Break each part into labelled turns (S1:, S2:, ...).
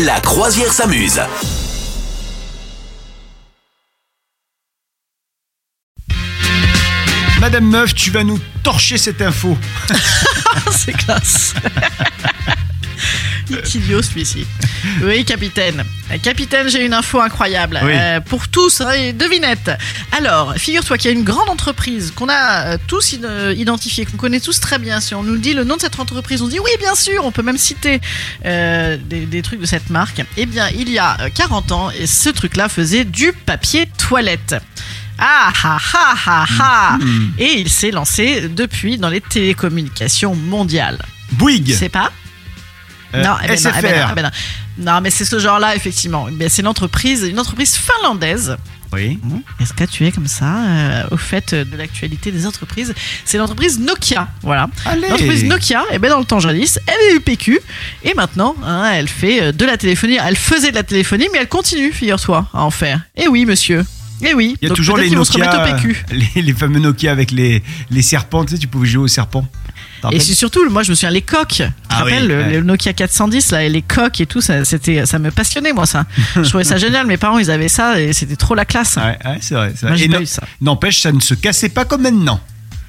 S1: La croisière s'amuse.
S2: Madame Meuf, tu vas nous torcher cette info.
S3: C'est classe. Il est idiot celui-ci. Oui, capitaine. Euh, Capitaine, j'ai une info incroyable.
S2: Oui.
S3: Euh, pour tous, hein, et devinette. Alors, figure-toi qu'il y a une grande entreprise qu'on a euh, tous id- euh, identifiée, qu'on connaît tous très bien. Si on nous dit le nom de cette entreprise, on dit oui, bien sûr, on peut même citer euh, des, des trucs de cette marque. Eh bien, il y a euh, 40 ans, et ce truc-là faisait du papier toilette. Ah ah ah ah ah Et il s'est lancé depuis dans les télécommunications mondiales.
S2: Bouygues.
S3: C'est pas
S2: euh,
S3: non, eh ben non,
S2: SFR.
S3: eh ben non, eh ben non. Non, mais c'est ce genre-là, effectivement. Mais c'est l'entreprise, une entreprise finlandaise.
S2: Oui.
S3: Est-ce que tu es comme ça euh, au fait de l'actualité des entreprises C'est l'entreprise Nokia, voilà.
S2: Allez.
S3: L'entreprise Nokia, eh ben dans le temps jadis, elle est UPQ et maintenant, hein, elle fait euh, de la téléphonie. Elle faisait de la téléphonie, mais elle continue, figure-toi, à en faire. Eh oui, monsieur. Eh oui.
S2: Il y a
S3: Donc
S2: toujours
S3: peut-être
S2: les
S3: qu'ils vont se
S2: Nokia,
S3: remettre au PQ.
S2: Les, les fameux Nokia avec les, les serpents. Tu sais, tu pouvais jouer aux serpents. T'en
S3: Et
S2: rappelles
S3: c'est surtout, moi je me souviens, les coques. Tu te
S2: Ah
S3: rappelles
S2: oui,
S3: le,
S2: ouais.
S3: le Nokia 410 là, et les coques et tout, ça, c'était, ça me passionnait moi ça. je trouvais ça génial, mes parents ils avaient ça et c'était trop la classe.
S2: Ouais, ouais, c'est vrai. c'est
S3: Moi,
S2: vrai.
S3: j'ai
S2: Et
S3: pas
S2: non-
S3: eu ça.
S2: N'empêche, ça ne se cassait pas comme maintenant.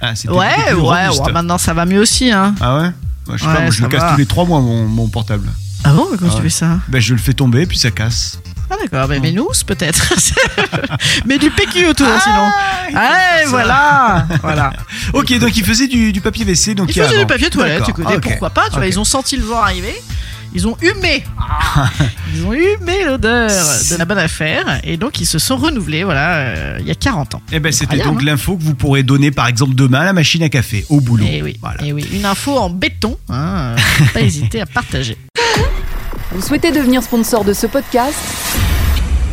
S2: Ah, c'était
S3: Ouais,
S2: beaucoup
S3: ouais,
S2: plus robuste.
S3: ouais, maintenant ça va mieux aussi. Hein.
S2: Ah ouais Moi, Je sais
S3: Ouais,
S2: pas, moi, je
S3: ça
S2: le casse
S3: va.
S2: tous les trois mois, mon, mon portable.
S3: Ah bon, mais comment
S2: Ah
S3: tu
S2: ouais.
S3: fais ça
S2: Ben, je le fais tomber, puis ça casse.
S3: Ah d'accord, mais, mais nous peut-être. mais du PQ autour hein,
S2: Ah.
S3: sinon. Ouais, voilà, voilà.
S2: Ok, donc il faisait du, du papier WC. Donc
S3: Ils
S2: il y a
S3: faisaient du
S2: avant.
S3: papier toilette,
S2: D'accord.
S3: écoutez,
S2: Ah, ok.
S3: pourquoi pas, tu vois,
S2: Ok.
S3: ils ont senti le vent arriver. Ils ont humé, ils ont humé l'odeur de la bonne affaire et donc ils se sont renouvelés, voilà, euh, il y a 40 ans.
S2: Eh ben, c'était
S3: Incroyable, hein.
S2: donc l'info que vous pourrez donner, par exemple, demain à la machine à café, au boulot.
S3: Et oui,
S2: Voilà. Ah.
S3: eh oui, une info en béton, hein, euh, pas hésiter à partager.
S4: Vous souhaitez devenir sponsor de ce podcast